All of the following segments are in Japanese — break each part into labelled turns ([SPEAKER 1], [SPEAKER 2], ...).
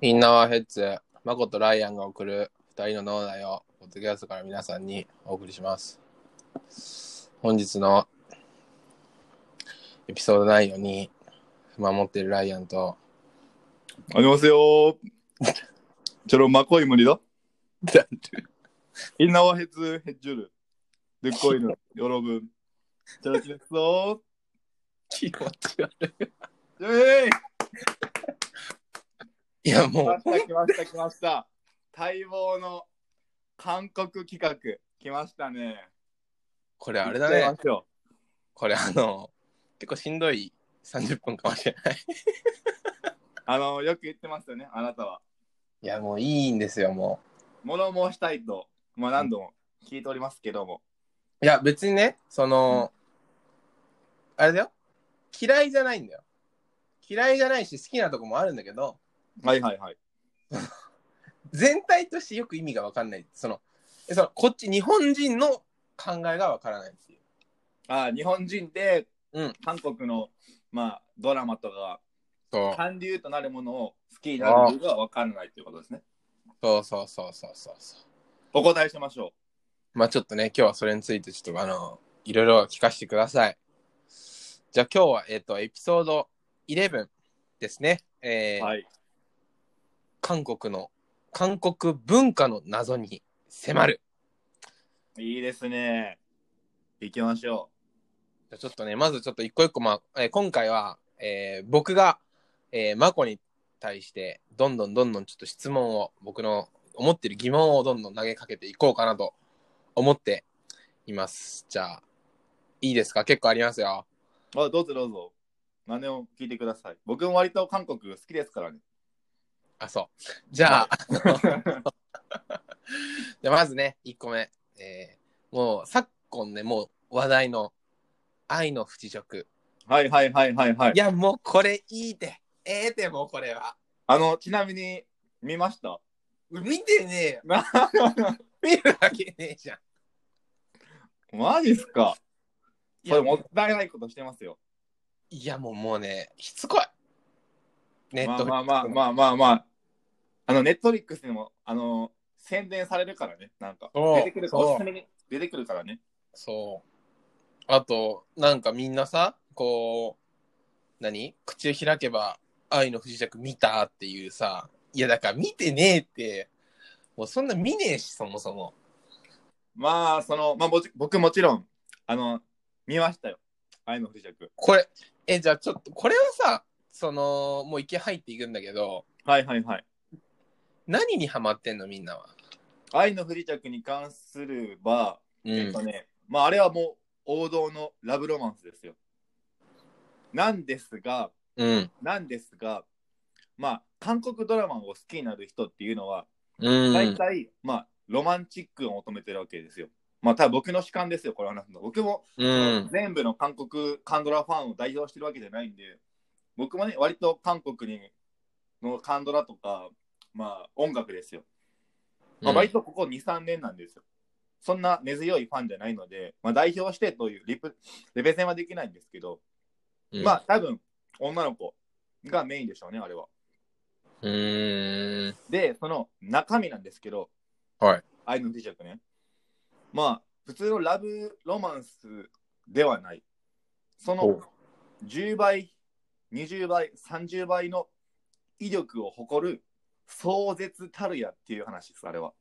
[SPEAKER 1] インナーはヘッツ、マコとライアンが送る2人の脳内を、ポッドキャストから皆さんにお送りします。本日のエピソード内容に不満持っているライアンと、
[SPEAKER 2] 안녕하세요저는마코입니다 인나와 해즈 해주를 듣고 있는 여러분 잘 지냈어?
[SPEAKER 1] 気持ち悪
[SPEAKER 2] 예이!
[SPEAKER 1] い。いや、
[SPEAKER 2] 来
[SPEAKER 1] も
[SPEAKER 2] ま
[SPEAKER 1] う、
[SPEAKER 2] した来ました来ました待望の韓国企画来ましたね
[SPEAKER 1] これあれだ
[SPEAKER 2] 行っちゃい
[SPEAKER 1] ね
[SPEAKER 2] ま。しょ
[SPEAKER 1] これあの、結構しんどい30分かもしれない。
[SPEAKER 2] うあのよく言ってましたねあなたはい
[SPEAKER 1] や、もういいんですよ、も
[SPEAKER 2] 物申したいとまあ何度も聞いておりますけども
[SPEAKER 1] う。いや、別にね、その、あれだよ。嫌いじゃないんだよ。嫌いじゃないし、好きなとこもあるんだけど、
[SPEAKER 2] はいはいはい
[SPEAKER 1] 全体としてよく意味が分かんないそのえそのこっち日本人の考えが分からないっていう
[SPEAKER 2] あ日本人で
[SPEAKER 1] うん
[SPEAKER 2] 韓国の、まあドラマとか
[SPEAKER 1] そう
[SPEAKER 2] 韓流となるものを好きになる理由が分からないということですね。
[SPEAKER 1] そうそうそうそうそうそ
[SPEAKER 2] お答えしましょ
[SPEAKER 1] うまあちょっとね今日はそれについてちょっとあのいろいろ聞かせてくださいじゃあ今日はえっ、とエピソード11ですねえ
[SPEAKER 2] う。
[SPEAKER 1] ー
[SPEAKER 2] はい。
[SPEAKER 1] 韓国の韓国文化の謎に迫る
[SPEAKER 2] いいですね。行きましょ
[SPEAKER 1] じゃあちょっとね、まずちょっと一個一個、まあ、えー今回は、えー僕が、えー、マコに対して、どんどんどんどんちょっと質問を、僕の思ってる疑問をどんどん投げかけていこうかなと思っています。じゃあ、いいですか結構ありますよ。
[SPEAKER 2] う。あどうぞどうぞ。何を聞いてください。僕も割と韓国好きですからね。
[SPEAKER 1] あ、そう。じゃあ、 じゃあまずね、1個目。えーもう、昨今ね、もう話題の愛の不時着。
[SPEAKER 2] はいはいはいはいはい
[SPEAKER 1] い。や、もうこれいいて。ええて、もうこれは。
[SPEAKER 2] あの、ちなみに、見ました
[SPEAKER 1] 見てねえよ。
[SPEAKER 2] な
[SPEAKER 1] 見るわけねえじゃん。
[SPEAKER 2] マジっすか
[SPEAKER 1] い
[SPEAKER 2] そ
[SPEAKER 1] や
[SPEAKER 2] れもったいないことしてますよ。
[SPEAKER 1] いやもうもうね、しつこい。ネ
[SPEAKER 2] ま
[SPEAKER 1] ッ
[SPEAKER 2] あ
[SPEAKER 1] ト
[SPEAKER 2] まあまあまあまあまあ。あの、ネットフリックスでも、あの、宣伝されるからね。なんか、
[SPEAKER 1] そう
[SPEAKER 2] 出てくるから
[SPEAKER 1] そう
[SPEAKER 2] おすすめに出てくるからね。
[SPEAKER 1] そう。あと、なんかみんなさ、こう、何口を開けば愛の不時着見たっていうさ、いやだから見てねえって、もうそんな見ねえし、そもそも。
[SPEAKER 2] まあ、その、まあ、もち僕もちろん、あの、見ましたよ。愛の不時着。
[SPEAKER 1] これ、え、じゃあちょっと、これはさ、その、もう池入っていくんだけど、
[SPEAKER 2] はいはいはい。
[SPEAKER 1] 何にハマってんのみんなは。
[SPEAKER 2] 愛の不時着に関すれば、
[SPEAKER 1] う
[SPEAKER 2] えっ
[SPEAKER 1] ん
[SPEAKER 2] と。ね、まあ、あれはもう王道のラブロマンスですよ。なんですが、
[SPEAKER 1] うん。
[SPEAKER 2] なんですが、まあ、韓国ドラマを好きになる人っていうのは、
[SPEAKER 1] うん。
[SPEAKER 2] 大体、まあ、ロマンチックを求めてるわけですよ。まあ、多分僕の主観ですよ、これはなんだ。僕も
[SPEAKER 1] うん。
[SPEAKER 2] 全部の韓国カンドラファンを代表してるわけじゃないんで僕もね割と韓国にのカンドラとかまあ音楽ですよ、まあ、割とここ23年なんですよそんな根強いファンじゃないので、まあ、代表してというリプレベゼンはできないんですけど、
[SPEAKER 1] うん
[SPEAKER 2] まあ多分女の子がメインでしょうねあれは
[SPEAKER 1] うーん。
[SPEAKER 2] で、その中身なんですけど、
[SPEAKER 1] はい。
[SPEAKER 2] 愛の不時着ね。まあ、普通のラブロマンスではない。そ
[SPEAKER 1] ほ
[SPEAKER 2] の
[SPEAKER 1] う
[SPEAKER 2] 10倍、20倍、30倍の威力を誇る壮絶たるやっていう話です、あれは。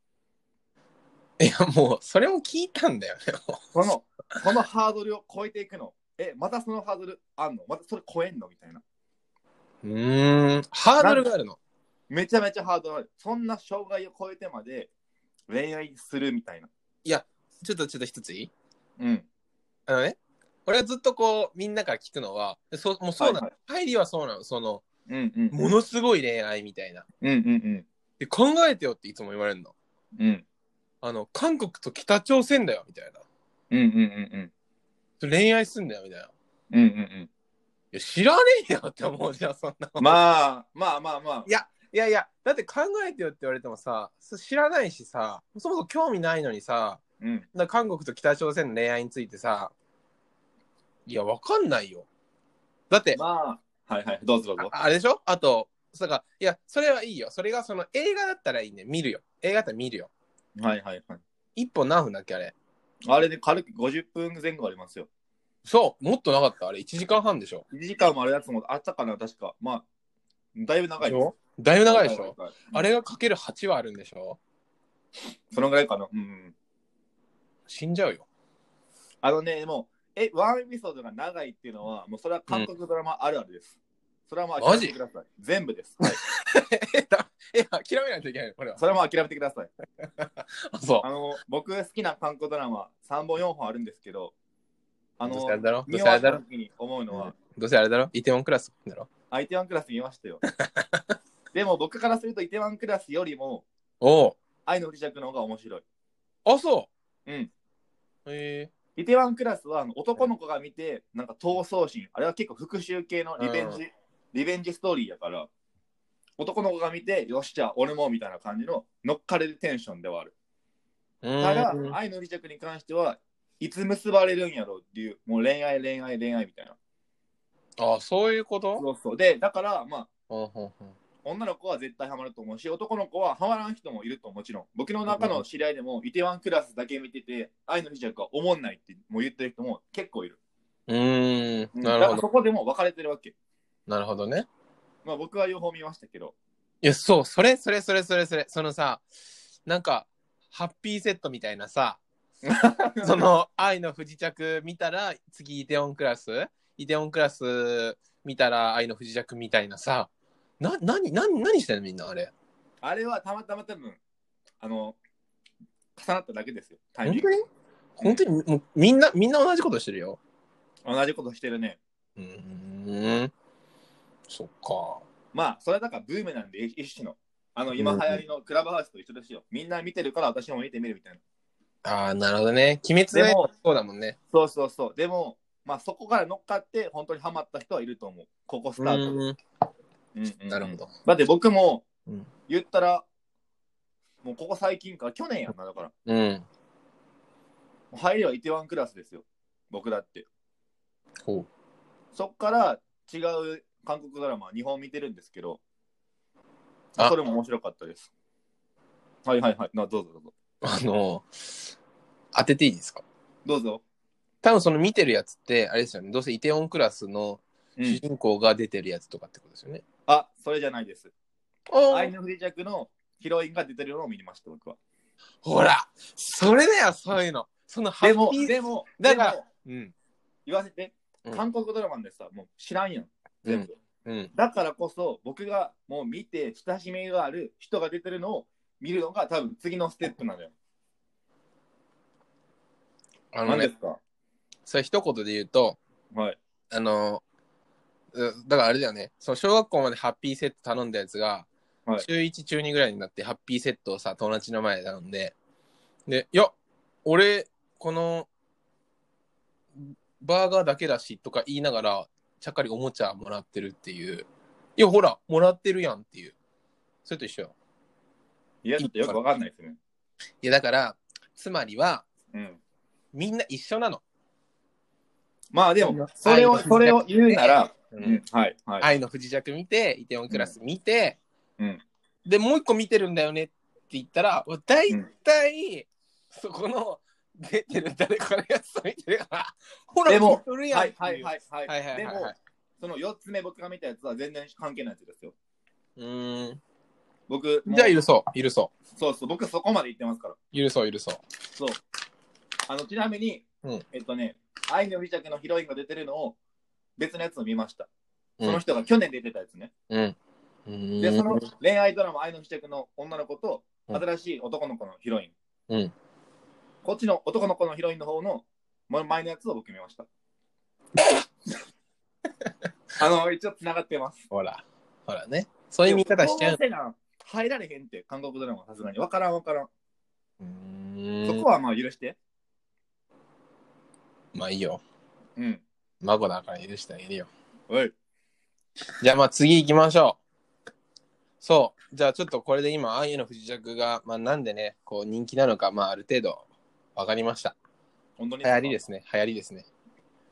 [SPEAKER 1] いやもう、それも聞いたんだよね。もう
[SPEAKER 2] その、そのハードルを超えていくの。え、またそのハードルあんのまたそれ超えんのみたいな。
[SPEAKER 1] うーん、ハードルがあるの。
[SPEAKER 2] めちゃめちゃハードルある。そんな障害を超えてまで恋愛するみたいな。
[SPEAKER 1] ちょっとちょっと一ついい
[SPEAKER 2] うん。
[SPEAKER 1] あのね、俺はずっとこう、みんなから聞くのは、そうもうそうなの、
[SPEAKER 2] はい
[SPEAKER 1] 入りはそうなの、その、
[SPEAKER 2] うんうん。
[SPEAKER 1] ものすごい恋愛みたいな。
[SPEAKER 2] うんうん
[SPEAKER 1] で、考えてよっていつも言われるの。
[SPEAKER 2] うん。うん。
[SPEAKER 1] あの、韓国と北朝鮮だよ、みたいな。
[SPEAKER 2] うんうんうん
[SPEAKER 1] 恋愛すんだよ、みたいな。い
[SPEAKER 2] うん。うんうん
[SPEAKER 1] や、知らねえよって思うじゃん、そんなの。
[SPEAKER 2] うん。まあまあまあまあ
[SPEAKER 1] い。や、いやいや、だって考えてよって言われてもさ、そ知らないしさ、そもそも興味ないのにさ、
[SPEAKER 2] うん。
[SPEAKER 1] だから韓国と北朝鮮の恋愛についてさ、いや、わかんないよ。だって、
[SPEAKER 2] まあ、はいはい、どうぞどう
[SPEAKER 1] あ
[SPEAKER 2] ぞ。
[SPEAKER 1] あれでしょあと、だから、いや、それはいいよ。それがその映画だったらいいね。見るよ。映画だったら見るよ。
[SPEAKER 2] はいはいはい。
[SPEAKER 1] 一本何分だっけあれ。
[SPEAKER 2] あれで軽く50分前後ありますよ。
[SPEAKER 1] そう、もっとなかった。あれ、1時間半でしょ。
[SPEAKER 2] 1時間もあれやつもあったかな、確か。まあ、だいぶ長いです。
[SPEAKER 1] だいぶ長いでしょ。
[SPEAKER 2] はいはいはい
[SPEAKER 1] あれがかける8はあるんでしょ
[SPEAKER 2] そのぐらいかな。うんうん。
[SPEAKER 1] 死んじゃうよ。
[SPEAKER 2] あのね、もう、え、ワンエピソードが長いっていうのは、もうそれは韓国ドラマあるあるです。それはもう諦めてください。全部です。はい。
[SPEAKER 1] え、だ、え、諦めないといけないのこれは。
[SPEAKER 2] それはもう諦めてください。
[SPEAKER 1] あ、そう。
[SPEAKER 2] あの、僕好きな韓国ドラマ3本4本あるんですけど、あ
[SPEAKER 1] どう
[SPEAKER 2] の
[SPEAKER 1] せあれだろ、ど
[SPEAKER 2] 見
[SPEAKER 1] う
[SPEAKER 2] 終
[SPEAKER 1] せあ
[SPEAKER 2] わ
[SPEAKER 1] れ
[SPEAKER 2] っ
[SPEAKER 1] だ
[SPEAKER 2] た
[SPEAKER 1] ろ
[SPEAKER 2] 時に思うのは、
[SPEAKER 1] どうせあれだろイテウォンクラスだろ
[SPEAKER 2] 相手ワンクラス見まし たよ。でも僕からすると、イテワンクラスよりも、
[SPEAKER 1] おう
[SPEAKER 2] 愛の不時着の方が面白い。
[SPEAKER 1] あ、そう。
[SPEAKER 2] うん。
[SPEAKER 1] へえ
[SPEAKER 2] イテワンクラスはあの男の子が見て、なんか闘争心、あれは結構復讐系のリベンジ、リベンジストーリーやから、男の子が見て、よし、じゃあ俺もみたいな感じの乗っかれるテンションではある。
[SPEAKER 1] うーん
[SPEAKER 2] ただ、愛の不時着に関しては、いつ結ばれるんやろうっていう、もう恋愛、恋愛、恋愛みたいな。
[SPEAKER 1] あ、そういうこと
[SPEAKER 2] そうそう。で、だから、まあ、
[SPEAKER 1] うんうんうん
[SPEAKER 2] 女の子は絶対ハマると思うし、男の子はハマらん人もいるともちろん。僕の中の知り合いでも、イテワンクラスだけ見てて、愛の不時着は思んないってもう言ってる人も結構いる。
[SPEAKER 1] うー、
[SPEAKER 2] うんん
[SPEAKER 1] な
[SPEAKER 2] だ
[SPEAKER 1] る
[SPEAKER 2] か
[SPEAKER 1] ほ
[SPEAKER 2] ら
[SPEAKER 1] ど。
[SPEAKER 2] そこでもう分かれてるわけ。
[SPEAKER 1] なるほどね。
[SPEAKER 2] まあ僕は両方見ましたけど。
[SPEAKER 1] いや、そう、それ、それ、それ、それ、それ、そのさ、なんか、ハッピーセットみたいなさ、その、愛の不時着見たら、次、イテウォンクラス、イテウォンクラス見たら、愛の不時着みたいなさ、な、なに、なに、何してんのみんな、あれ。
[SPEAKER 2] あれはたまたま多分、あの、重なっただけですよ。タイミ
[SPEAKER 1] 本
[SPEAKER 2] ング
[SPEAKER 1] 当。に本当に、もう、みんな、みんな同じことしてるよ。
[SPEAKER 2] 同じことしてるね。
[SPEAKER 1] うーん。そっか。
[SPEAKER 2] まあ、それはだからブームなんで、一一種の。あの、今流行りのクラブハウスと一緒ですよ。みんな見てるから私も見てみるみたいな。
[SPEAKER 1] ああ、なるほどね。鬼滅
[SPEAKER 2] で
[SPEAKER 1] の
[SPEAKER 2] も
[SPEAKER 1] 刃そうだもんね。
[SPEAKER 2] そうそうそう。でも、まあそこから乗っかって、本当にハマった人はいると思う。ここスタートで。
[SPEAKER 1] うーん
[SPEAKER 2] うんうん
[SPEAKER 1] なるほ。ど。
[SPEAKER 2] だって僕も
[SPEAKER 1] うん、
[SPEAKER 2] 言ったら、もうここ最近か、去年やんな、だから。も
[SPEAKER 1] うん。
[SPEAKER 2] う入りはイテワンクラスですよ。僕だって。
[SPEAKER 1] ほ
[SPEAKER 2] そっから違う韓国ドラマ、日本見てるんですけど、
[SPEAKER 1] あ
[SPEAKER 2] それも面白かったです。はいはいはい。などうぞどうぞ。
[SPEAKER 1] う。あの当てていいですか
[SPEAKER 2] どうぞ。
[SPEAKER 1] 多分その見てるやつって、あれですよね。どうせイテオンクラスの
[SPEAKER 2] う
[SPEAKER 1] 主
[SPEAKER 2] ん、
[SPEAKER 1] 人公が出てるやつとかってことですよね。
[SPEAKER 2] あ、それじゃないです。
[SPEAKER 1] お
[SPEAKER 2] 愛
[SPEAKER 1] ー
[SPEAKER 2] の不時着のヒロインが出てるのを見ました、僕は。
[SPEAKER 1] ほらそれだよ、そういうの。そのハ
[SPEAKER 2] で
[SPEAKER 1] ッ
[SPEAKER 2] も、
[SPEAKER 1] ピー。
[SPEAKER 2] でも、
[SPEAKER 1] だから
[SPEAKER 2] でも
[SPEAKER 1] うん。
[SPEAKER 2] 言わせて
[SPEAKER 1] うん、
[SPEAKER 2] 韓国ドラマでさ、もう知らんやん。全部。
[SPEAKER 1] うん。
[SPEAKER 2] だからこそ、僕がもう見て親しみがある人が出てるのを見るのが多分次のステップなのよ。
[SPEAKER 1] あの
[SPEAKER 2] 何で
[SPEAKER 1] ね
[SPEAKER 2] す、か
[SPEAKER 1] それ一言で言うと、
[SPEAKER 2] はい。
[SPEAKER 1] あの、うだからあれだよね、その小学校までハッピーセット頼んだやつが、
[SPEAKER 2] はい
[SPEAKER 1] 中1、中2ぐらいになってハッピーセットをさ、友達の前で頼んで、で、いや、俺、この、バーガーだけだしとか言いながら、ちゃっかりおもちゃもらってるっていう。いや、ほら、もらってるやんっていう。それと一緒よ。
[SPEAKER 2] いや、ちょっとよくわかんないですね。
[SPEAKER 1] いや、だから、つまりは、
[SPEAKER 2] うん。
[SPEAKER 1] みんな一緒なの。
[SPEAKER 2] まあでも、それを、
[SPEAKER 1] 愛の不時着
[SPEAKER 2] それを言うなら、
[SPEAKER 1] う
[SPEAKER 2] うん、はい、はい。
[SPEAKER 1] 愛の不時着見て、イテオンクラス見て、
[SPEAKER 2] うん
[SPEAKER 1] で、もう一個見てるんだよねって言ったら、わ大体、そこの出てる誰かのやつを見てる から、ほら、
[SPEAKER 2] でも
[SPEAKER 1] 見とるやん
[SPEAKER 2] はいはいはいはい。
[SPEAKER 1] はいはいはい
[SPEAKER 2] でも
[SPEAKER 1] はい、
[SPEAKER 2] その4つ目僕が見たやつは全然関係ないやつですよ。
[SPEAKER 1] うーん。
[SPEAKER 2] 僕、もう
[SPEAKER 1] じゃあ、許そう、許そ
[SPEAKER 2] そうそう、僕そこまで言ってますから。
[SPEAKER 1] う、許そう、許そう。
[SPEAKER 2] そう。あの、ちなみに、
[SPEAKER 1] うん
[SPEAKER 2] えっとね、愛の不時着のヒロインが出てるのを別のやつを見ました。
[SPEAKER 1] うん
[SPEAKER 2] その人が去年出てたやつね。
[SPEAKER 1] うん。うーん
[SPEAKER 2] で、その恋愛ドラマ、愛の不時着の女の子と、
[SPEAKER 1] うん
[SPEAKER 2] 新しい男の子のヒロイン。
[SPEAKER 1] うん
[SPEAKER 2] こっちの男の子のヒロインの方のも前のやつを僕見 ました。あの、一応繋がってます。
[SPEAKER 1] ほら、ほらね。そういう見方しちゃう。
[SPEAKER 2] でも高校生なん入られへんって、韓国ドラマはさすがに。わからんわからん。
[SPEAKER 1] うー
[SPEAKER 2] そ
[SPEAKER 1] ん
[SPEAKER 2] こはまあ許して。
[SPEAKER 1] まあいいよ。
[SPEAKER 2] うん。
[SPEAKER 1] 孫だから許してあげるよ。
[SPEAKER 2] おい。
[SPEAKER 1] じゃあまあ次行きましょう。そう。じゃあちょっとこれで今、ああいうの不時着が、まあなんでね、こう人気なのか、まあある程度わかりました。
[SPEAKER 2] 本当に
[SPEAKER 1] 流行りですすね。流行りですね。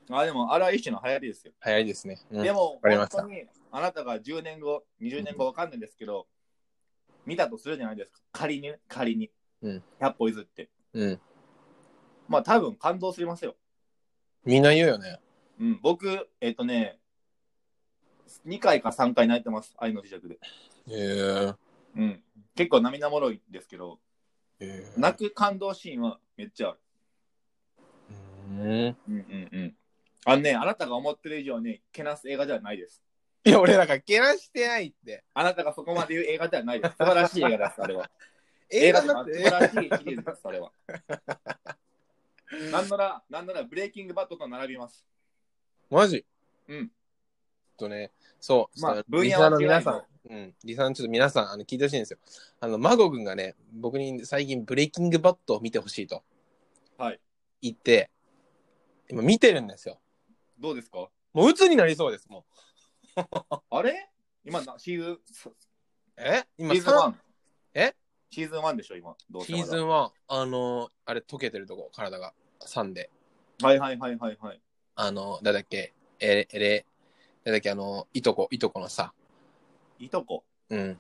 [SPEAKER 2] か。あ、でも、あれは一種の流行りですよ。
[SPEAKER 1] 流行りですね。うん
[SPEAKER 2] でも、
[SPEAKER 1] かりま
[SPEAKER 2] 本
[SPEAKER 1] した
[SPEAKER 2] 当に、あなたが10年後、20年後わかんないですけど、見たとするじゃないですか。仮にね、仮に。
[SPEAKER 1] うん
[SPEAKER 2] 100歩譲って。
[SPEAKER 1] うん。
[SPEAKER 2] まあ、多分感動しますよ。
[SPEAKER 1] みんな言うよね。
[SPEAKER 2] うん、僕、えっ、とね、2回か3回泣いてます、愛の磁石で。
[SPEAKER 1] へえ。
[SPEAKER 2] うん、結構涙もろいんですけど、
[SPEAKER 1] へえ
[SPEAKER 2] 泣く感動シーンはめっちゃある。
[SPEAKER 1] うん
[SPEAKER 2] うんうんうん。あのね、あなたが思ってる以上に、けなす映画ではないです。
[SPEAKER 1] いや、俺らがけなしてないって。
[SPEAKER 2] あなたがそこまで言う映画ではないです。素晴らしい映画です、あれは。
[SPEAKER 1] 映画
[SPEAKER 2] じゃ
[SPEAKER 1] だ
[SPEAKER 2] な
[SPEAKER 1] っ
[SPEAKER 2] く
[SPEAKER 1] て
[SPEAKER 2] て素晴らしいシリーズです、あれは。 なんなら、なんなら、ブレイキングバットと並びます。
[SPEAKER 1] マジ
[SPEAKER 2] うん。
[SPEAKER 1] ちょっとね、そう、
[SPEAKER 2] まあ
[SPEAKER 1] ちょっと
[SPEAKER 2] 分
[SPEAKER 1] リ
[SPEAKER 2] 野
[SPEAKER 1] サー
[SPEAKER 2] は
[SPEAKER 1] の
[SPEAKER 2] 違うけど
[SPEAKER 1] 皆さん、うん、リサーのちょっと皆さん、あの聞いてほしいんですよ。あの、マゴ君がね、僕に最近ブレイキングバットを見てほしいと
[SPEAKER 2] はい。
[SPEAKER 1] 言って、今見てるんですよ。
[SPEAKER 2] どうですか
[SPEAKER 1] もう鬱になりそうです、もう。
[SPEAKER 2] あれ今な、シーズン、シ
[SPEAKER 1] え今
[SPEAKER 2] ーズン
[SPEAKER 1] さ
[SPEAKER 2] 1?
[SPEAKER 1] え
[SPEAKER 2] シーズン1でしょ、今。どうせ
[SPEAKER 1] シ
[SPEAKER 2] まだ
[SPEAKER 1] ーズン1、あのーあれ溶けてるとこ、体が3で。
[SPEAKER 2] はいはいはいはいはい。
[SPEAKER 1] あのー、なんだっけ、えれ、えれ、なんだっけ、あのーいとこ、いとこのさ、
[SPEAKER 2] いとこ。
[SPEAKER 1] うん。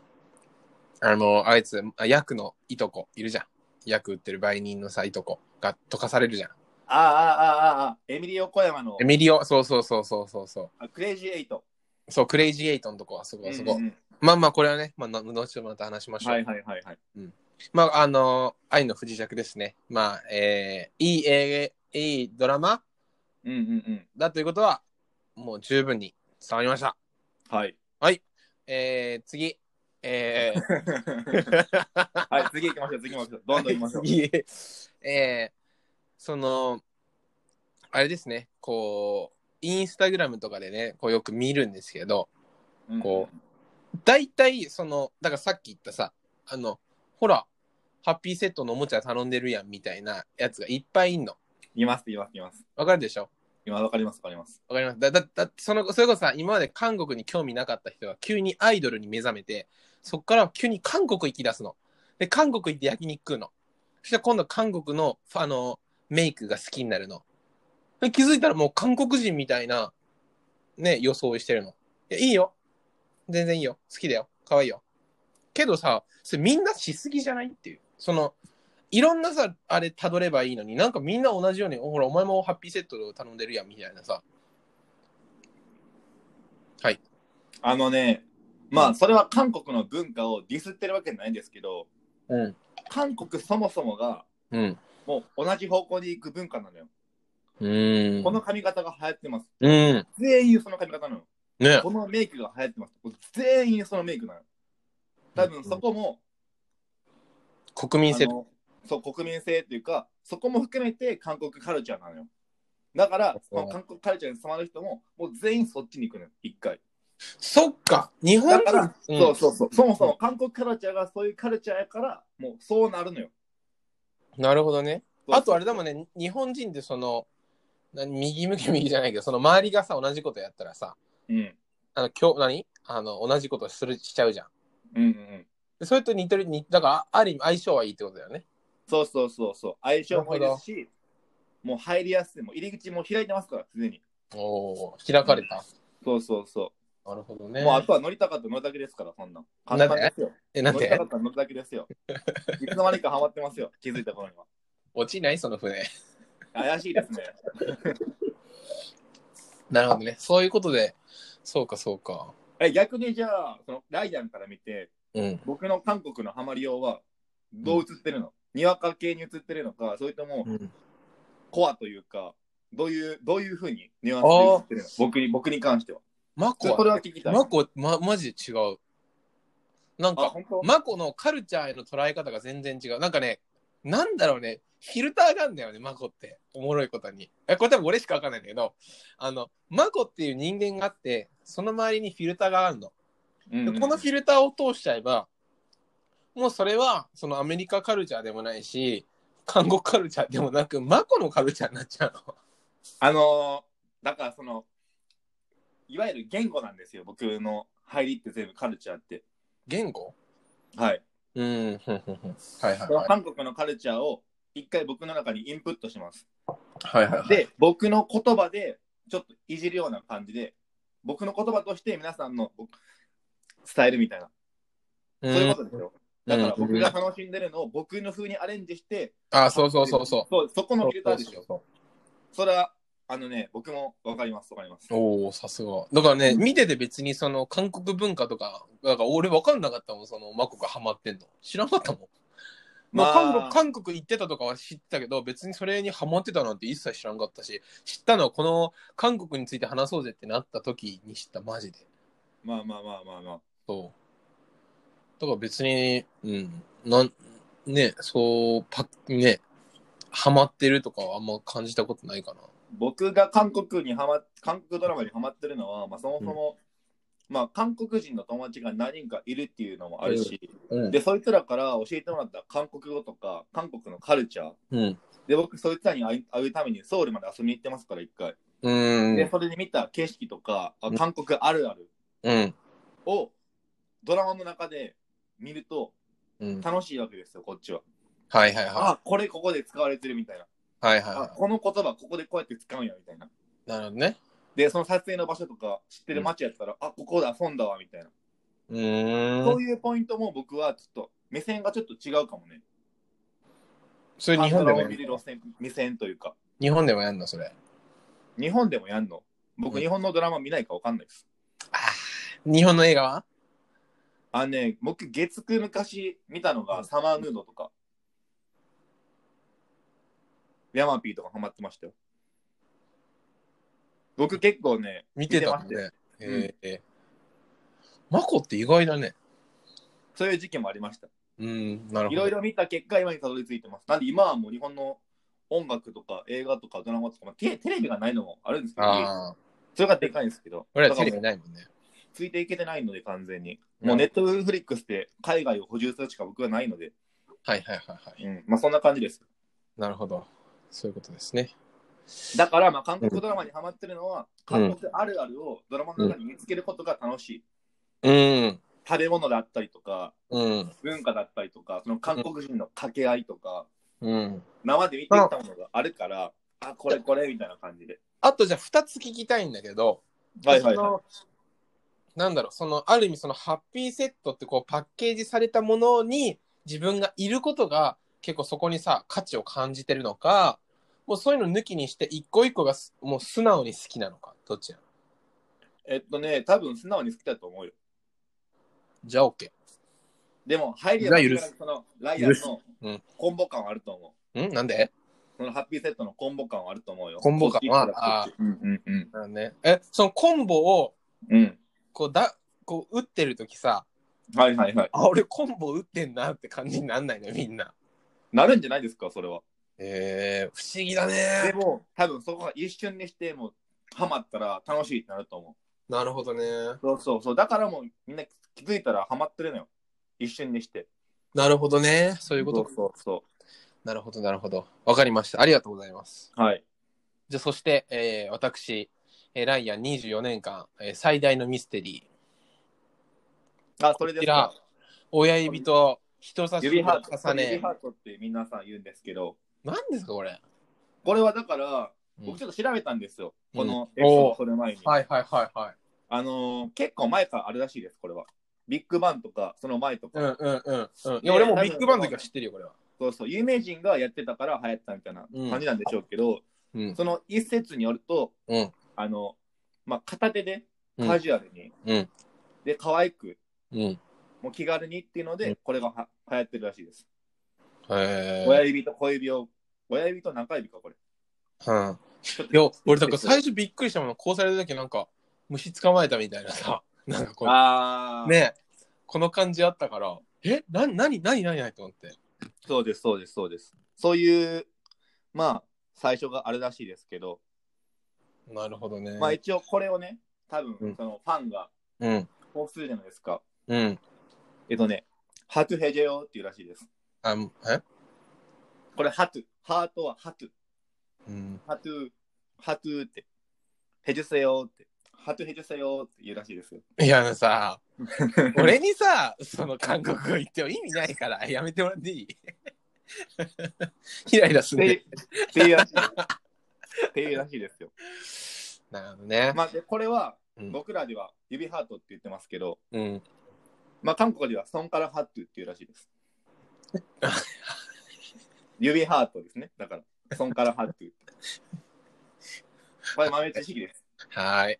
[SPEAKER 1] あのーあいつ、あヤクのいとこ、いるじゃん。ヤク売ってる売人のさ、いとこが溶かされるじゃん。
[SPEAKER 2] ああああああ、エミリオ小山の
[SPEAKER 1] エミリオ、そうそうそうそうそうそ
[SPEAKER 2] あクレイジーエイト。
[SPEAKER 1] う。そう、クレイジーエイトのとこは、そこはそこ。
[SPEAKER 2] うんうん
[SPEAKER 1] まあまあ、これはね、まあ、の後ほどまた話しましょう。
[SPEAKER 2] はいはいはいはい。
[SPEAKER 1] まあ、あのー愛の不時着ですね。まあ、えー、いい映画、いいドラマ
[SPEAKER 2] うんうん
[SPEAKER 1] だということは、もう十分に伝わりました。
[SPEAKER 2] うん。 はい。
[SPEAKER 1] えー、次。え
[SPEAKER 2] はい、次行きましょう、次行きましょう。どんどん行きましょ
[SPEAKER 1] ー、
[SPEAKER 2] う。
[SPEAKER 1] 次。 えー、その、あれですね、こう、インスタグラムとかでね、こうよく見るんですけど、
[SPEAKER 2] うん
[SPEAKER 1] こ大体そのだからさっき言ったさあのほらハッピーセットのおもちゃ頼んでるやんみたいなやつがいっぱいいんの
[SPEAKER 2] います、います、います。
[SPEAKER 1] わかるでしょ
[SPEAKER 2] 今、わかります、わかります。
[SPEAKER 1] わかりますだだだってそのそれこそさ今まで韓国に興味なかった人が急にアイドルに目覚めてそっから急に韓国行き出すので韓国行って焼肉食うのそしたら今度韓国のあのメイクが好きになるので気づいたらもう韓国人みたいなね装いしてるのいやいいよ全然いいよ好きだよ可愛いよけどさそれみんなしすぎじゃないっていうそのいろんなさあれたどればいいのになんかみんな同じようにおほらお前もハッピーセット頼んでるやんみたいなさ
[SPEAKER 2] あのね、まあ、それは韓国の文化をディスってるわけじゃないんですけど、
[SPEAKER 1] うん
[SPEAKER 2] 韓国そもそもが、
[SPEAKER 1] うん
[SPEAKER 2] もう同じ方向に行く文化なのよ。
[SPEAKER 1] うん
[SPEAKER 2] この髪型が流行ってます。
[SPEAKER 1] うん
[SPEAKER 2] 全員その髪型なの。
[SPEAKER 1] ね
[SPEAKER 2] このメイクが流行ってます。全員そのメイクなの。多分そこも、
[SPEAKER 1] 国民性
[SPEAKER 2] あのそう国民性というかそこも含めて韓国カルチャーなのよだからその韓国カルチャーに染まる人ももう全員そっちに行くのよ一回
[SPEAKER 1] そっか日本
[SPEAKER 2] だ
[SPEAKER 1] 人
[SPEAKER 2] から、
[SPEAKER 1] ん
[SPEAKER 2] そうそうそうそもそも韓国カルチャーがそういうカルチャーやからもうそうなるのよ
[SPEAKER 1] なるほどね
[SPEAKER 2] そう
[SPEAKER 1] あとあれだもんね日本人ってその何右向け右じゃないけどその周りがさ同じことやったらさ
[SPEAKER 2] うん
[SPEAKER 1] あの今日何あの同じことするしちゃうじゃん
[SPEAKER 2] うんうんうん
[SPEAKER 1] でそれと似てるにだからあある意味相性はいいってことだよね
[SPEAKER 2] そうそうそうそう相性もいいですしもう入りやすいもう入り口も開いてますから常に
[SPEAKER 1] おお開かれた、
[SPEAKER 2] そうそうそ
[SPEAKER 1] なるほど
[SPEAKER 2] う、
[SPEAKER 1] ね
[SPEAKER 2] もうあとは乗りたかったら乗るだけですからそんなん簡単ですよ
[SPEAKER 1] えなん
[SPEAKER 2] 乗りた
[SPEAKER 1] で
[SPEAKER 2] かったら乗るだけですよいつの間にかハマってますよ気づいた頃には
[SPEAKER 1] 落ちないその船
[SPEAKER 2] 怪しいですね
[SPEAKER 1] なるほどねそういうことでそうかそうか
[SPEAKER 2] え逆にじゃあそのライアンから見て
[SPEAKER 1] うん
[SPEAKER 2] 僕の韓国のハマりようはどう映ってるの、にわか系に映ってるのかそれとも
[SPEAKER 1] うん
[SPEAKER 2] コアというかどういうどういうふうにニュアンスで映ってるの僕に僕に関しては
[SPEAKER 1] マコ
[SPEAKER 2] そ
[SPEAKER 1] は
[SPEAKER 2] これは聞きたい
[SPEAKER 1] マコ、ま、マジで違う。なん
[SPEAKER 2] あ
[SPEAKER 1] か、
[SPEAKER 2] 本当
[SPEAKER 1] マコのカルチャーへの捉え方が全然違う。なんかね、なんだろうね、フィルターがあんだよね、マコって。おもろいことに。え、これ多分俺しかわかんないんだけど、あの、マコっていう人間があって、その周りにフィルターがあるの。
[SPEAKER 2] うん
[SPEAKER 1] で
[SPEAKER 2] うん
[SPEAKER 1] このフィルターを通しちゃえば、もうそれは、そのアメリカカルチャーでもないし、韓国カルチャーでもなく、マコのカルチャーになっちゃうの。
[SPEAKER 2] あのーだからそのいわゆる言語なんですよ僕の入りって全部カルチャーって
[SPEAKER 1] 言語
[SPEAKER 2] はい、
[SPEAKER 1] うん、ふんふんふん。はいはい
[SPEAKER 2] その
[SPEAKER 1] はい。
[SPEAKER 2] 韓国のカルチャーを一回僕の中にインプットします。
[SPEAKER 1] はいはいはい。
[SPEAKER 2] で、僕の言葉で、ちょっといじるような感じで、僕の言葉として皆さんの僕伝えるみたいな、
[SPEAKER 1] う
[SPEAKER 2] そ
[SPEAKER 1] ん、
[SPEAKER 2] ういうことですよ。だから僕が
[SPEAKER 1] うん
[SPEAKER 2] 楽しんでるのを僕の風にアレンジして、
[SPEAKER 1] あ、そうそうそうそう。
[SPEAKER 2] そうそこのフィルターです
[SPEAKER 1] そう
[SPEAKER 2] よ。
[SPEAKER 1] そう
[SPEAKER 2] それは、あのね、僕もわかります、わかります
[SPEAKER 1] そう。おおさすが。だからね、見てて別にその韓国文化とか、なんか俺分かんなかったもん、そのマコがハマってんの。知らなかったもん。まあ、韓
[SPEAKER 2] まあ
[SPEAKER 1] 国韓国行ってたとかは知ってたけど、別にそれにハマってたなんて一切知らんかったし、知ったのはこの韓国について話そうぜってなった時に知った、マジで。
[SPEAKER 2] まあまあまあまあまあ。
[SPEAKER 1] そう。だから別に、うん、なん、ね、そう、パッ、ね、ハマってるとかはあんま感じたことないかな。
[SPEAKER 2] 僕が韓国にハマ韓国ドラマにハマってるのは、まあ、そもそも、まあ、韓国人の友達が何人かいるっていうのもあるし、
[SPEAKER 1] うん。
[SPEAKER 2] でそいつらから教えてもらった韓国語とか韓国のカルチャー
[SPEAKER 1] うん。
[SPEAKER 2] で僕そいつらに会い会うためにソウルまで遊びに行ってますから一回、
[SPEAKER 1] うん。
[SPEAKER 2] でそれで見た景色とかあ韓国あるある
[SPEAKER 1] うん。
[SPEAKER 2] をドラマの中で見ると
[SPEAKER 1] うん。
[SPEAKER 2] 楽しいわけですよこっちは、
[SPEAKER 1] はいはいは
[SPEAKER 2] あこれここで使われてるみたいな、
[SPEAKER 1] い。はいはい
[SPEAKER 2] あ
[SPEAKER 1] は。
[SPEAKER 2] この言葉ここでこうやって使うんやみたいない
[SPEAKER 1] なるほどね。
[SPEAKER 2] でその撮影の場所とか知ってる街やったら、あここだ遊んだわみたいな
[SPEAKER 1] うー
[SPEAKER 2] そ
[SPEAKER 1] ん。
[SPEAKER 2] ういうポイントも僕はちょっと目線がちょっと違うかもね。
[SPEAKER 1] それ日本でもや
[SPEAKER 2] カンドラを見る
[SPEAKER 1] る
[SPEAKER 2] 路線目線というか、
[SPEAKER 1] 日本でもやんの、それ。
[SPEAKER 2] 日本でもやんの。僕、
[SPEAKER 1] うん
[SPEAKER 2] 日本のドラマ見ないかわかんないです。
[SPEAKER 1] 日本の映画は
[SPEAKER 2] あのね、僕、月9昔見たのがサマーヌードとか、ヤマピーとかハマってましたよ。僕結構ね、
[SPEAKER 1] 見てたもん
[SPEAKER 2] 見て
[SPEAKER 1] ね。ええマコって意外だね。
[SPEAKER 2] そういう時期もありました。
[SPEAKER 1] うん、なるほ
[SPEAKER 2] い
[SPEAKER 1] ど。
[SPEAKER 2] ろいろ見た結果、今にたどり着いてます。なんで今はもう日本の音楽とか映画とかドラマとか、まあテテレビがないのもあるんですけど、
[SPEAKER 1] ああ、
[SPEAKER 2] それがでかいんですけど、
[SPEAKER 1] 俺ら
[SPEAKER 2] だか
[SPEAKER 1] テ
[SPEAKER 2] ら
[SPEAKER 1] レビないもんね。
[SPEAKER 2] ついていけてないので、完全
[SPEAKER 1] う
[SPEAKER 2] に。
[SPEAKER 1] ん
[SPEAKER 2] もうネットフリックスで海外を補充するしか僕はないので、
[SPEAKER 1] はいはいはいはい。
[SPEAKER 2] うん、まあそんな感じです。
[SPEAKER 1] なるほど。そういうことですね。
[SPEAKER 2] だから、まあ韓国ドラマにハマってるのは、
[SPEAKER 1] うん
[SPEAKER 2] 韓国あるあるをドラマの中に見つけることが楽しい。
[SPEAKER 1] うん、
[SPEAKER 2] 食べ物だったりとか、
[SPEAKER 1] うん、
[SPEAKER 2] 文化だったりとか、その韓国人の掛け合いとか、
[SPEAKER 1] うん。
[SPEAKER 2] 生で見てきたものがあるから、あ、これこれみたいな感じで。
[SPEAKER 1] あとじゃあ2つ聞きたいんだけど、
[SPEAKER 2] はいはい
[SPEAKER 1] そ
[SPEAKER 2] はい。
[SPEAKER 1] のなんだろう、そのある意味そのハッピーセットってこうパッケージされたものに自分がいることが結構そこにさ、価値を感じてるのか、もうそういうの抜きにして一個一個がすもう素直に好きなのか、どっちなの
[SPEAKER 2] えっとね、多分素直に好きだと思うよ。
[SPEAKER 1] じゃあ OK。
[SPEAKER 2] でも、入りは
[SPEAKER 1] じゃあ許す
[SPEAKER 2] そのライアンの
[SPEAKER 1] うん
[SPEAKER 2] コンボ感はあると思う。
[SPEAKER 1] んなんで
[SPEAKER 2] そのハッピーセットのコンボ感はあると思うよ。
[SPEAKER 1] コンボ感は
[SPEAKER 2] こっちからこっちうんうん
[SPEAKER 1] なるほどね。え、そのコンボを、
[SPEAKER 2] うん。うん。
[SPEAKER 1] こう、だ、こう、打ってるときさ、
[SPEAKER 2] はいはいはい。
[SPEAKER 1] あ、俺コンボ打ってんなって感じになんないの、みんな。
[SPEAKER 2] なるんじゃないですか、それは。
[SPEAKER 1] えー、不思議だ
[SPEAKER 2] で
[SPEAKER 1] ね。
[SPEAKER 2] も、多分そこが一瞬にして、もう、ハマったら楽しいってなると思
[SPEAKER 1] なるほどね。
[SPEAKER 2] う。そうそうそう。だからもう、みんな気づいたらハマってるのよ。一瞬にして。
[SPEAKER 1] なるほどね。そういうこと。
[SPEAKER 2] そうそ
[SPEAKER 1] なるほど、なるほど。わかりました。ありがとうございます。
[SPEAKER 2] う。はい。
[SPEAKER 1] じゃあ、そして、えー私、えーライアン24年間、えー最大のミステリー、
[SPEAKER 2] あ、それですか
[SPEAKER 1] こ。親指と人差し指
[SPEAKER 2] 指
[SPEAKER 1] を
[SPEAKER 2] ハート。
[SPEAKER 1] 重
[SPEAKER 2] 指
[SPEAKER 1] ね
[SPEAKER 2] ハ。ートって皆さん言うんですけど、
[SPEAKER 1] 何ですか、これ。は
[SPEAKER 2] これはだから、
[SPEAKER 1] うん
[SPEAKER 2] 僕ちょっと調べたんですよ。
[SPEAKER 1] うん
[SPEAKER 2] このエピソード撮る前
[SPEAKER 1] い
[SPEAKER 2] に。
[SPEAKER 1] はいはいはい。
[SPEAKER 2] あのー結構前からあるらしいです、これは。ビッグバンとか、その前とか。
[SPEAKER 1] うんうんうんうん。い
[SPEAKER 2] で
[SPEAKER 1] や、俺もビッグバンの時は知ってるよ、これは。
[SPEAKER 2] そうそう、有名人がやってたから流行ったみたいな感じなんでしょうけど、
[SPEAKER 1] うん。
[SPEAKER 2] その一説によると、
[SPEAKER 1] うん。
[SPEAKER 2] あの、まあ、片手で
[SPEAKER 1] うん
[SPEAKER 2] カジュアルに、
[SPEAKER 1] うん
[SPEAKER 2] で、可愛く、
[SPEAKER 1] うん。
[SPEAKER 2] もう気軽にっていうので、
[SPEAKER 1] うん
[SPEAKER 2] これがは流行ってるらしいです。
[SPEAKER 1] へ
[SPEAKER 2] 親指と小指を、親指と中指か、これ。
[SPEAKER 1] うん。
[SPEAKER 2] ちょっ
[SPEAKER 1] い
[SPEAKER 2] と
[SPEAKER 1] や、俺、だから最初びっくりしたもの、こうされた時なんか、虫捕まえたみたいなさ、なんかこ
[SPEAKER 2] あ
[SPEAKER 1] う、
[SPEAKER 2] ー、
[SPEAKER 1] ねえこの感じあったから、え、な、なに、なに、なに、なにと思って。
[SPEAKER 2] そうです、そうです、そうです。そういう、まあ、最初があるらしいですけど、
[SPEAKER 1] なるほどね。
[SPEAKER 2] まあ一応これをね、多
[SPEAKER 1] う
[SPEAKER 2] 分
[SPEAKER 1] ん
[SPEAKER 2] そのファンが
[SPEAKER 1] うん。
[SPEAKER 2] こうするじゃないですか。
[SPEAKER 1] うん。
[SPEAKER 2] えっとね、ハトゥヘジェヨっていうらしいです。
[SPEAKER 1] あ、え
[SPEAKER 2] これハトゥ、ハートはハトゥ。
[SPEAKER 1] うん。
[SPEAKER 2] ハトゥー、ハトゥーって、ヘジュセヨーって、ハトゥヘジュセヨーって言うらしいですよ。
[SPEAKER 1] いや、あの さ、俺にさ、その韓国語言っても意味ないから、やめてもらっていい イライラするね。
[SPEAKER 2] てていうらしい。っていうらしいです よ。
[SPEAKER 1] なるほどね。
[SPEAKER 2] まあ、でこれは
[SPEAKER 1] うん
[SPEAKER 2] 僕らでは指ハートって言ってますけど、
[SPEAKER 1] うん。
[SPEAKER 2] まあ、韓国ではソンカラハットゥっていうらしい です。指ハートですね。だから、ソンカラハットゥ。これ豆知識です。
[SPEAKER 1] はーい。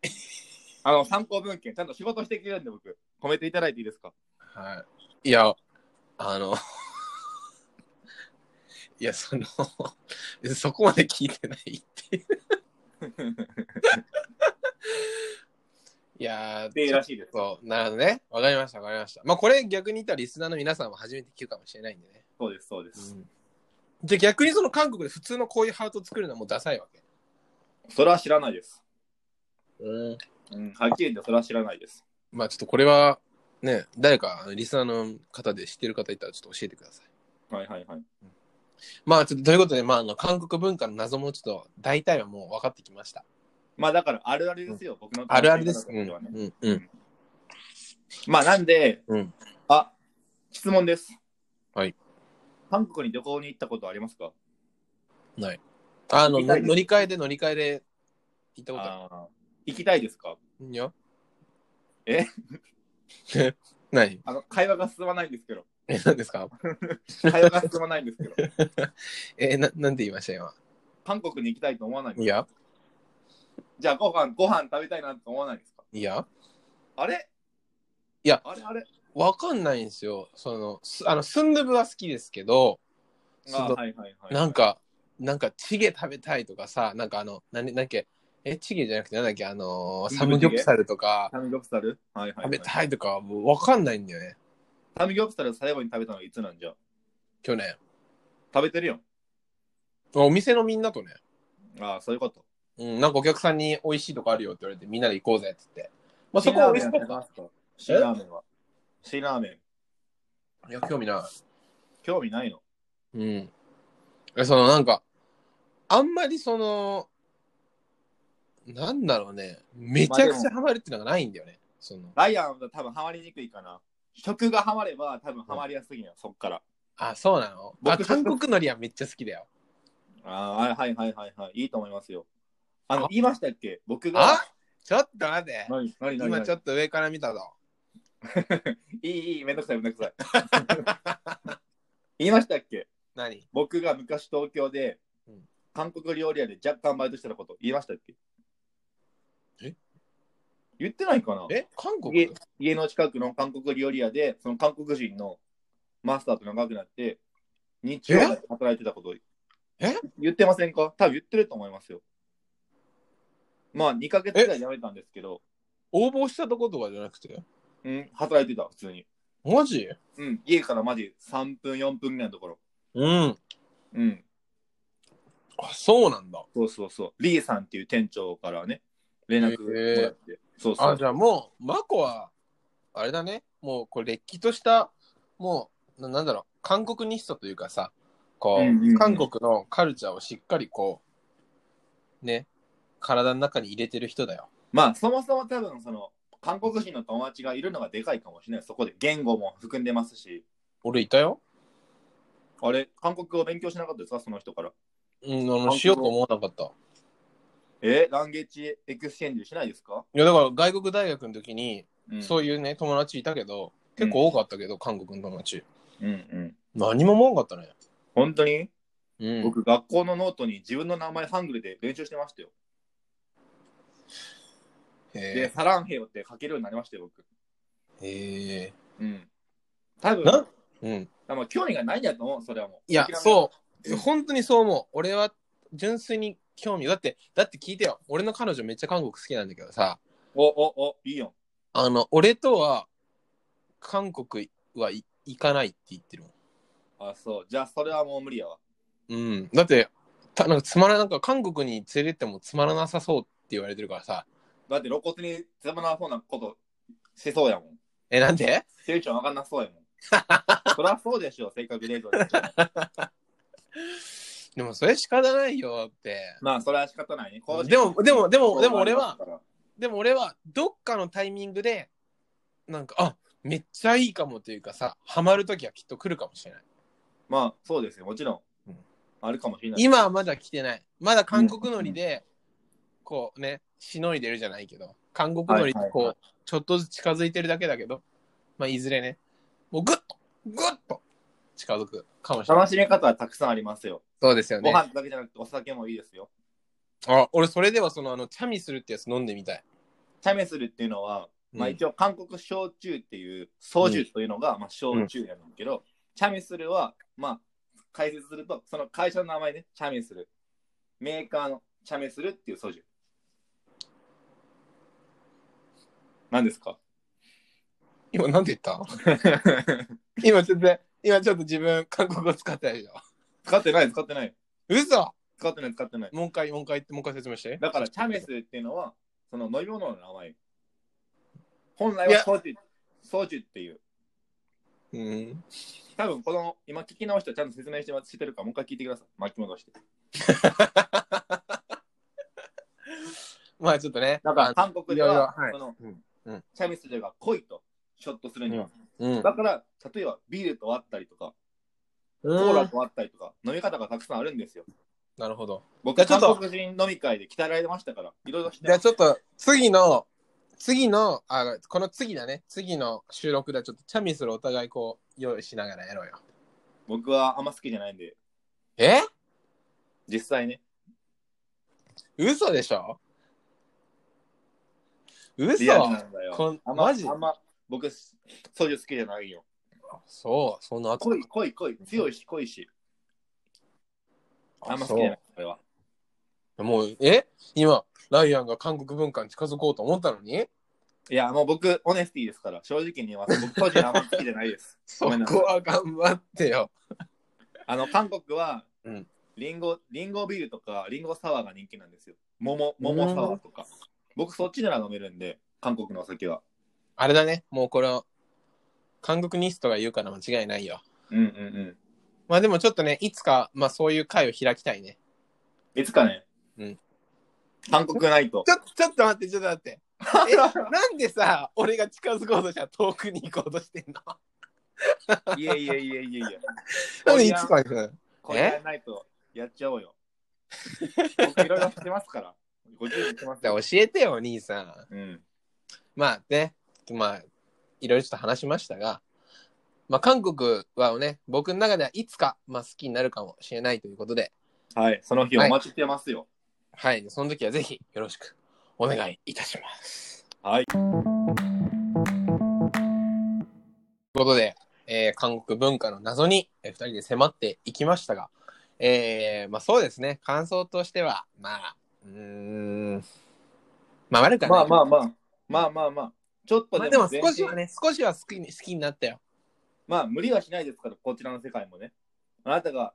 [SPEAKER 2] あの、参考文献、ちゃんと仕事してきてるんで僕、褒めていただいていいですか
[SPEAKER 1] はい。いや、あの、 いや、その、 そこまで聞いてないっていう。 いやー、
[SPEAKER 2] でらしいです。
[SPEAKER 1] そう、なるほどね。わかりました、わかりました。まあ、これ逆に言ったらリスナーの皆さんも初めて聞くかもしれないんでね。
[SPEAKER 2] そうです、そうです。
[SPEAKER 1] じゃあ逆にその韓国で普通のこういうハート作るのはもうダサいわけ。
[SPEAKER 2] それは知らないです。
[SPEAKER 1] うん。
[SPEAKER 2] うん、はっきり言ってそれは知らないです。
[SPEAKER 1] まあちょっとこれは、ね、誰かリスナーの方で知ってる方いたらちょっと教えてください。
[SPEAKER 2] はいはいはい。
[SPEAKER 1] まあちょっとということで、まああの、韓国文化の謎もちょっと大体はもう分かってきました。
[SPEAKER 2] まあだから、あるあるですよ、僕の。
[SPEAKER 1] あるあるです。うん。
[SPEAKER 2] ね
[SPEAKER 1] うん。うん。
[SPEAKER 2] まあなんで、
[SPEAKER 1] うん
[SPEAKER 2] あ、質問です。
[SPEAKER 1] はい。
[SPEAKER 2] 韓国に旅行に行ったことありますか
[SPEAKER 1] ない。あの、
[SPEAKER 2] 乗り換
[SPEAKER 1] の
[SPEAKER 2] え
[SPEAKER 1] 乗
[SPEAKER 2] です
[SPEAKER 1] り換えで乗り換えで行ったことあ
[SPEAKER 2] あー行きたいですか
[SPEAKER 1] る。いや
[SPEAKER 2] え
[SPEAKER 1] 何
[SPEAKER 2] あの、会話が進まないんですけど。
[SPEAKER 1] え、何ですか
[SPEAKER 2] 会話が進まないんですけど。
[SPEAKER 1] え、な、なんて言いました今。
[SPEAKER 2] 韓国に行きたいと思わないんで
[SPEAKER 1] い
[SPEAKER 2] すか
[SPEAKER 1] や
[SPEAKER 2] じゃあご飯、ご飯食べたいなと思わないですか
[SPEAKER 1] いや
[SPEAKER 2] あれ
[SPEAKER 1] いや
[SPEAKER 2] あれあれ
[SPEAKER 1] わかんないんですよ。その、すあの、スンドゥブは好きですけど、そ
[SPEAKER 2] あ
[SPEAKER 1] の
[SPEAKER 2] はいはいはい。
[SPEAKER 1] なん、か、なんか、チゲ食べたいとかさ、なんかあの、なんなんだっけ、え、チゲじゃなくて、なんだっけ、あのー、サムギョプサルとか、
[SPEAKER 2] サムギョプサルはいはい、
[SPEAKER 1] 食
[SPEAKER 2] はい
[SPEAKER 1] べ。たいとか、もうわかんないんだよね、
[SPEAKER 2] サムギョプサル最後に食べたのはいつなんじゃ
[SPEAKER 1] 去年。
[SPEAKER 2] 食べてるよ。
[SPEAKER 1] お店のみんなとね、
[SPEAKER 2] ああ、そういうこと。
[SPEAKER 1] うん、なんかお客さんに美味しいとこあるよって言われて、みんなで行こうぜって言って。まあ、そこは美味し
[SPEAKER 2] 辛
[SPEAKER 1] かっ
[SPEAKER 2] ラーメンは食べますか
[SPEAKER 1] た。
[SPEAKER 2] 辛
[SPEAKER 1] え
[SPEAKER 2] ラーメンは。辛ラーメン。
[SPEAKER 1] いや、興味ない。
[SPEAKER 2] 興味ないの
[SPEAKER 1] うん。え、そのなんか、あんまりその、なんだろうね、めちゃくちゃハマるっていうのがないんだよね。その、
[SPEAKER 2] ライアンは多分ハマりにくいかな。食がハマれば多分ハマりやすいんや、そっから。
[SPEAKER 1] あ、そうなのあ、
[SPEAKER 2] 僕
[SPEAKER 1] 韓国海苔はめっちゃ好きだよ。
[SPEAKER 2] ああ、はいはいはいはい。いいと思いますよ。あの
[SPEAKER 1] あ、
[SPEAKER 2] 言いましたっけ僕が。
[SPEAKER 1] あちょっと待って。
[SPEAKER 2] 何何
[SPEAKER 1] 今
[SPEAKER 2] 何何
[SPEAKER 1] ちょっと上から見たぞ。
[SPEAKER 2] いいいい、めんどくさいめん どくさい。言いましたっけ
[SPEAKER 1] 何
[SPEAKER 2] 僕が昔東京で
[SPEAKER 1] うん、
[SPEAKER 2] 韓国料理屋で若干バイトしてたこと言いましたっけ
[SPEAKER 1] え
[SPEAKER 2] 言ってないかな
[SPEAKER 1] え韓国
[SPEAKER 2] 家家の近くの韓国料理屋で、その韓国人のマスターと長くなって、日曜まで働いてたこと
[SPEAKER 1] え
[SPEAKER 2] 言ってませんか多分言ってると思いますよ。まあ、2ヶ月ぐらい辞めたんですけど、
[SPEAKER 1] 応募したとことかじゃなくて
[SPEAKER 2] うん、働いてた、普通に。
[SPEAKER 1] マジ
[SPEAKER 2] うん、家からマジ3分、4分ぐらいのところ。
[SPEAKER 1] うん。
[SPEAKER 2] うん、
[SPEAKER 1] あ、そうなんだ。
[SPEAKER 2] そうそうそう。リーさんっていう店長からね、連絡もらって。そうそ
[SPEAKER 1] あ、
[SPEAKER 2] う
[SPEAKER 1] じ。ゃあもう、マコは、あれだね。もう、これ、れっきとした、もう、ななんだろう、韓国ニストというかさ、こう、
[SPEAKER 2] うんうんうん
[SPEAKER 1] 韓国のカルチャーをしっかりこう、ね、体の中に入れてる人だよ。
[SPEAKER 2] まあ、そもそも多分、その、韓国人の友達がいるのがでかいかもしれない。そこで言語も含んでますし。
[SPEAKER 1] 俺いたよ。
[SPEAKER 2] あれ、韓国語を勉強しなかったですか、その人から。
[SPEAKER 1] うん、あの、しようと思わなかった。
[SPEAKER 2] えランゲージエクスチェンジしないですか、
[SPEAKER 1] いや、だから外国大学の時に、
[SPEAKER 2] うん、う。
[SPEAKER 1] そういうね、友達いたけど、結構多かったけど、韓国の友達。
[SPEAKER 2] うんうん。
[SPEAKER 1] 何も思わんかったね。
[SPEAKER 2] 本当に、
[SPEAKER 1] うん。
[SPEAKER 2] 僕、学校のノートに自分の名前ハングルで練習してましたよ。で、
[SPEAKER 1] へ
[SPEAKER 2] サランヘヨって書けるようになりましたよ、僕。
[SPEAKER 1] え。へ
[SPEAKER 2] うん。多分、
[SPEAKER 1] なえ。うん。
[SPEAKER 2] 多分興味がないんだと思う、それはもう。
[SPEAKER 1] いや
[SPEAKER 2] 諦、め
[SPEAKER 1] そう。本当にそう思う。俺は純粋に興味。だって、だって聞いてよ。俺の彼女めっちゃ韓国好きなんだけどさ、
[SPEAKER 2] お、お、お、いいよ。
[SPEAKER 1] あの、俺とは、韓国はい行かないって言ってるもん。
[SPEAKER 2] あ、そう。じゃあ、それはもう無理やわ。
[SPEAKER 1] うん。だって、たなんかつまらなんか韓国に連れてってもつまらなさそうって言われてるからさ。
[SPEAKER 2] だって、露骨につまらなそうなことしそうやもん。
[SPEAKER 1] え、なんで
[SPEAKER 2] テンション上がんなそうやもん。 そりゃそうでしょ、性格冷蔵で。
[SPEAKER 1] でもそれ仕方ないよって。
[SPEAKER 2] まあ、それは仕方ないね。こう
[SPEAKER 1] でも、でも、でも、でも俺は、、
[SPEAKER 2] こうなりますから
[SPEAKER 1] でも俺はどっかのタイミングでなんかあめっちゃいいかもというかさハマるときはきっと来るかもしれない
[SPEAKER 2] まあ、そうですね、もちろん。
[SPEAKER 1] うん
[SPEAKER 2] あるかもしれない。
[SPEAKER 1] 今はまだ来てない。まだ韓国のりで、こうね、しのいでるじゃないけど、韓国のりってこう、
[SPEAKER 2] はいはいは
[SPEAKER 1] ちょっとずつ近づいてるだけだけど、まあ、いずれね、もうぐっと、ぐっと近づくかもしれない
[SPEAKER 2] 楽。しみ方はたくさんありますよ。
[SPEAKER 1] そうですよ
[SPEAKER 2] ご
[SPEAKER 1] ね。
[SPEAKER 2] 飯だけじゃなくてお酒もいいですよ。
[SPEAKER 1] あ、俺それではその、あの、チャミするってやつ飲んでみたい。
[SPEAKER 2] チャメするっていうのは、まあ
[SPEAKER 1] うん
[SPEAKER 2] 一応韓国焼酎っていうソジュというのが、まあ焼酎やるんだけど、チャメするはまあ解説するとその会社の名前ねチャメするメーカーのチャメするっていうソジュ何ですか
[SPEAKER 1] 今なんで言った今ちょっと、今ちょっと自分、韓国語使ってないでしょ。
[SPEAKER 2] 使ってない使ってない
[SPEAKER 1] 嘘
[SPEAKER 2] 使ってない使ってない
[SPEAKER 1] もう一回、もう一回、もう一回説明して。
[SPEAKER 2] だからチャメスっていうのはその飲み物の名前本来
[SPEAKER 1] いや
[SPEAKER 2] はソジュソジュっていう
[SPEAKER 1] うん。
[SPEAKER 2] 多分この今聞き直してちゃんと説明してますしてるからもう一回聞いてください巻き戻して
[SPEAKER 1] まあちょっとね。
[SPEAKER 2] だから
[SPEAKER 1] あ
[SPEAKER 2] 韓国ではい
[SPEAKER 1] ろいろはい
[SPEAKER 2] その
[SPEAKER 1] うんうん
[SPEAKER 2] チャミスルが濃いとショットするには、
[SPEAKER 1] うん。
[SPEAKER 2] だから例えばビールと割ったりとか、
[SPEAKER 1] う
[SPEAKER 2] コーラ
[SPEAKER 1] ん
[SPEAKER 2] と割ったりとか飲み方がたくさんあるんですよ
[SPEAKER 1] なるほど。
[SPEAKER 2] 僕
[SPEAKER 1] やちょっ
[SPEAKER 2] 韓
[SPEAKER 1] と
[SPEAKER 2] 国人飲み会で鍛えられてましたからいろいろして
[SPEAKER 1] じゃあちょっと次の、次の、あ、この次だね。次の収録ではちょっとチャミするお互いこう用意しながらやろうよ。
[SPEAKER 2] 僕はあんま好きじゃないんで
[SPEAKER 1] え
[SPEAKER 2] 実際ね
[SPEAKER 1] 嘘でしょ
[SPEAKER 2] リア
[SPEAKER 1] 嘘
[SPEAKER 2] ルなんだ
[SPEAKER 1] こ
[SPEAKER 2] よ
[SPEAKER 1] ん
[SPEAKER 2] あんま
[SPEAKER 1] マジ
[SPEAKER 2] あんま僕ソジュ好きじゃないよ
[SPEAKER 1] そう、その後
[SPEAKER 2] 濃い濃い濃い強いし濃いしあんま好きじゃないこれは
[SPEAKER 1] もう、え今、ライアンが韓国文化に近づこうと思ったのに
[SPEAKER 2] いやもう僕オネスティですから正直に言います僕ソジュあんま好きじゃないです
[SPEAKER 1] そ
[SPEAKER 2] ご
[SPEAKER 1] こ
[SPEAKER 2] めんなさい
[SPEAKER 1] は頑張ってよ。
[SPEAKER 2] あの韓国は
[SPEAKER 1] うん
[SPEAKER 2] リンゴ、リンゴビールとかリンゴサワーが人気なんですよ。桃、桃サワーとか。僕そっちなら飲めるんで、韓国のお酒は。
[SPEAKER 1] あれだね、もうこれを、韓国ニストが言うから間違いないよ。
[SPEAKER 2] うんうんうん。
[SPEAKER 1] まあでもちょっとね、いつか、まあそういう会を開きたいね。
[SPEAKER 2] いつかね、
[SPEAKER 1] うん
[SPEAKER 2] 韓国ナイト。
[SPEAKER 1] ちょ、ちょっと待って、ちょっと待って。 え、なんでさ、俺が近づこうとしたら遠くに行こうとしてんの
[SPEAKER 2] いやいやいやいやいや。
[SPEAKER 1] なんで
[SPEAKER 2] い
[SPEAKER 1] い
[SPEAKER 2] や
[SPEAKER 1] つか行くの
[SPEAKER 2] これナイトやっちゃおうよ。僕いろいろしてますから。ご自由にしてます
[SPEAKER 1] じゃ
[SPEAKER 2] よ
[SPEAKER 1] あ教えてよ、お兄さん。
[SPEAKER 2] うん。
[SPEAKER 1] まあね、まあ、いろいろちょっと話しましたが、まあ韓国はね、僕の中ではいつか、まあ好きになるかもしれないということで、
[SPEAKER 2] はい、その日お待ちしてますよ。
[SPEAKER 1] はい、その時はぜひよろしくお願いいたします。
[SPEAKER 2] はい。
[SPEAKER 1] ということで、えー韓国文化の謎に、えー、2人で迫っていきましたが、えーまあそうですね、感想としては、まあ、うーん、まあ悪くは
[SPEAKER 2] ま
[SPEAKER 1] ない
[SPEAKER 2] あまあまあ、まあまあまあ。ちょっと
[SPEAKER 1] まあ
[SPEAKER 2] で
[SPEAKER 1] で
[SPEAKER 2] も
[SPEAKER 1] も
[SPEAKER 2] 前
[SPEAKER 1] 少し
[SPEAKER 2] 進
[SPEAKER 1] はね、少しは好きに好きになったよ。
[SPEAKER 2] まあ無理はしないですから、こちらの世界もね。あなたが、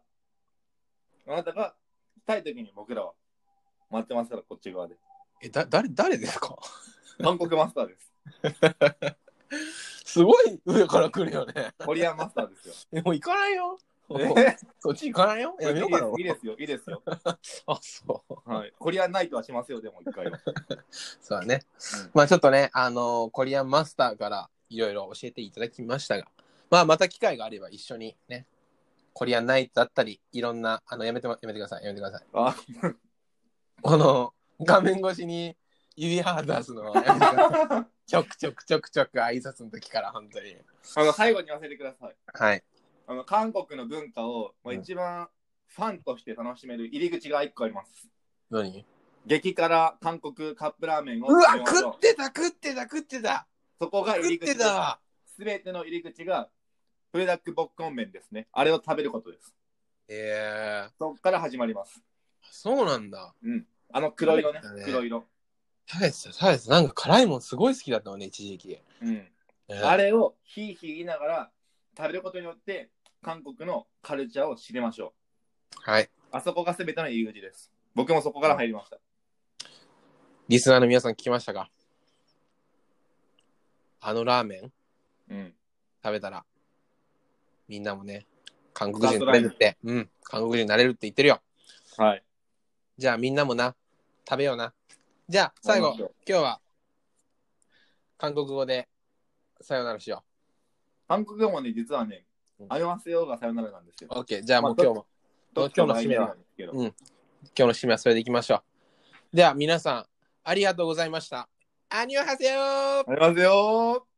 [SPEAKER 2] あなたが来たい時に僕らは待ってますから、こっち側で。
[SPEAKER 1] え、だ、誰、誰ですか
[SPEAKER 2] 韓国マスターです。
[SPEAKER 1] すごい上から来るよね。
[SPEAKER 2] コリアンマスターですよ。
[SPEAKER 1] えもう行かないよ。
[SPEAKER 2] え
[SPEAKER 1] そっち行かないよ。やめようかな。
[SPEAKER 2] いいですよ、いいですよ。
[SPEAKER 1] あ、そう。
[SPEAKER 2] はい。コリアンナイトはしますよ、でも一 回は。
[SPEAKER 1] そうだね。
[SPEAKER 2] うん
[SPEAKER 1] まあちょっとね、あのーコリアンマスターからいろいろ教えていただきましたが、まあまた機会があれば一緒にね、コリアンナイトだったり、いろんな、あの、やめても、やめてください、やめてください。
[SPEAKER 2] あ
[SPEAKER 1] この、画面越しに指ハーダーするのは やめてください。ちょくちょくちょくちょく挨拶の時から、本当に。
[SPEAKER 2] あの最後に忘れてください。
[SPEAKER 1] はい。
[SPEAKER 2] あの韓国の文化を、まあ、
[SPEAKER 1] うん
[SPEAKER 2] 一番ファンとして楽しめる入り口が一個あります。
[SPEAKER 1] 何
[SPEAKER 2] 激辛韓国カップラーメンを
[SPEAKER 1] うわ
[SPEAKER 2] 食べ、ましょう
[SPEAKER 1] 食ってた、食ってた、食ってた。
[SPEAKER 2] そこが入
[SPEAKER 1] 食
[SPEAKER 2] り
[SPEAKER 1] っ
[SPEAKER 2] 口で
[SPEAKER 1] て
[SPEAKER 2] す
[SPEAKER 1] たわ。
[SPEAKER 2] すべての入り口がプレダックボッコン麺ですね。あれを食べることです。
[SPEAKER 1] ええ
[SPEAKER 2] そこから始まります。
[SPEAKER 1] そうなんだ。
[SPEAKER 2] あの黒色ね
[SPEAKER 1] そうだ。ね
[SPEAKER 2] 黒色。
[SPEAKER 1] 食べてた、食べてた。なんか辛いもんすごい好きだったもんね、一時期。
[SPEAKER 2] うん。あ
[SPEAKER 1] あれ
[SPEAKER 2] れをひいひい言いながら食べることによって韓国のカルチャーを知りましょ
[SPEAKER 1] はい。
[SPEAKER 2] う。あそこがすべての入り口です。僕もそこから入りました。
[SPEAKER 1] リスナーの皆さん聞きましたかあのラーメン
[SPEAKER 2] うん。
[SPEAKER 1] 食べたら、みんなもね、韓国人になれるって、うん、韓国人になれるって言ってるよ。
[SPEAKER 2] はい。
[SPEAKER 1] じゃあみんなもな、食べような。じゃあ最後、
[SPEAKER 2] 食べまし
[SPEAKER 1] 今
[SPEAKER 2] ょ
[SPEAKER 1] 日は、韓国語で、さよならしよ
[SPEAKER 2] 韓国語もね、実はね、ありますよがさよならなんですよ。
[SPEAKER 1] オッケーじゃあもう今日も、
[SPEAKER 2] どっちもないんですけど
[SPEAKER 1] うん今日の締めはそれでいきましょう。では皆さん、ありがとうございました。アニョハセヨー
[SPEAKER 2] ありますよー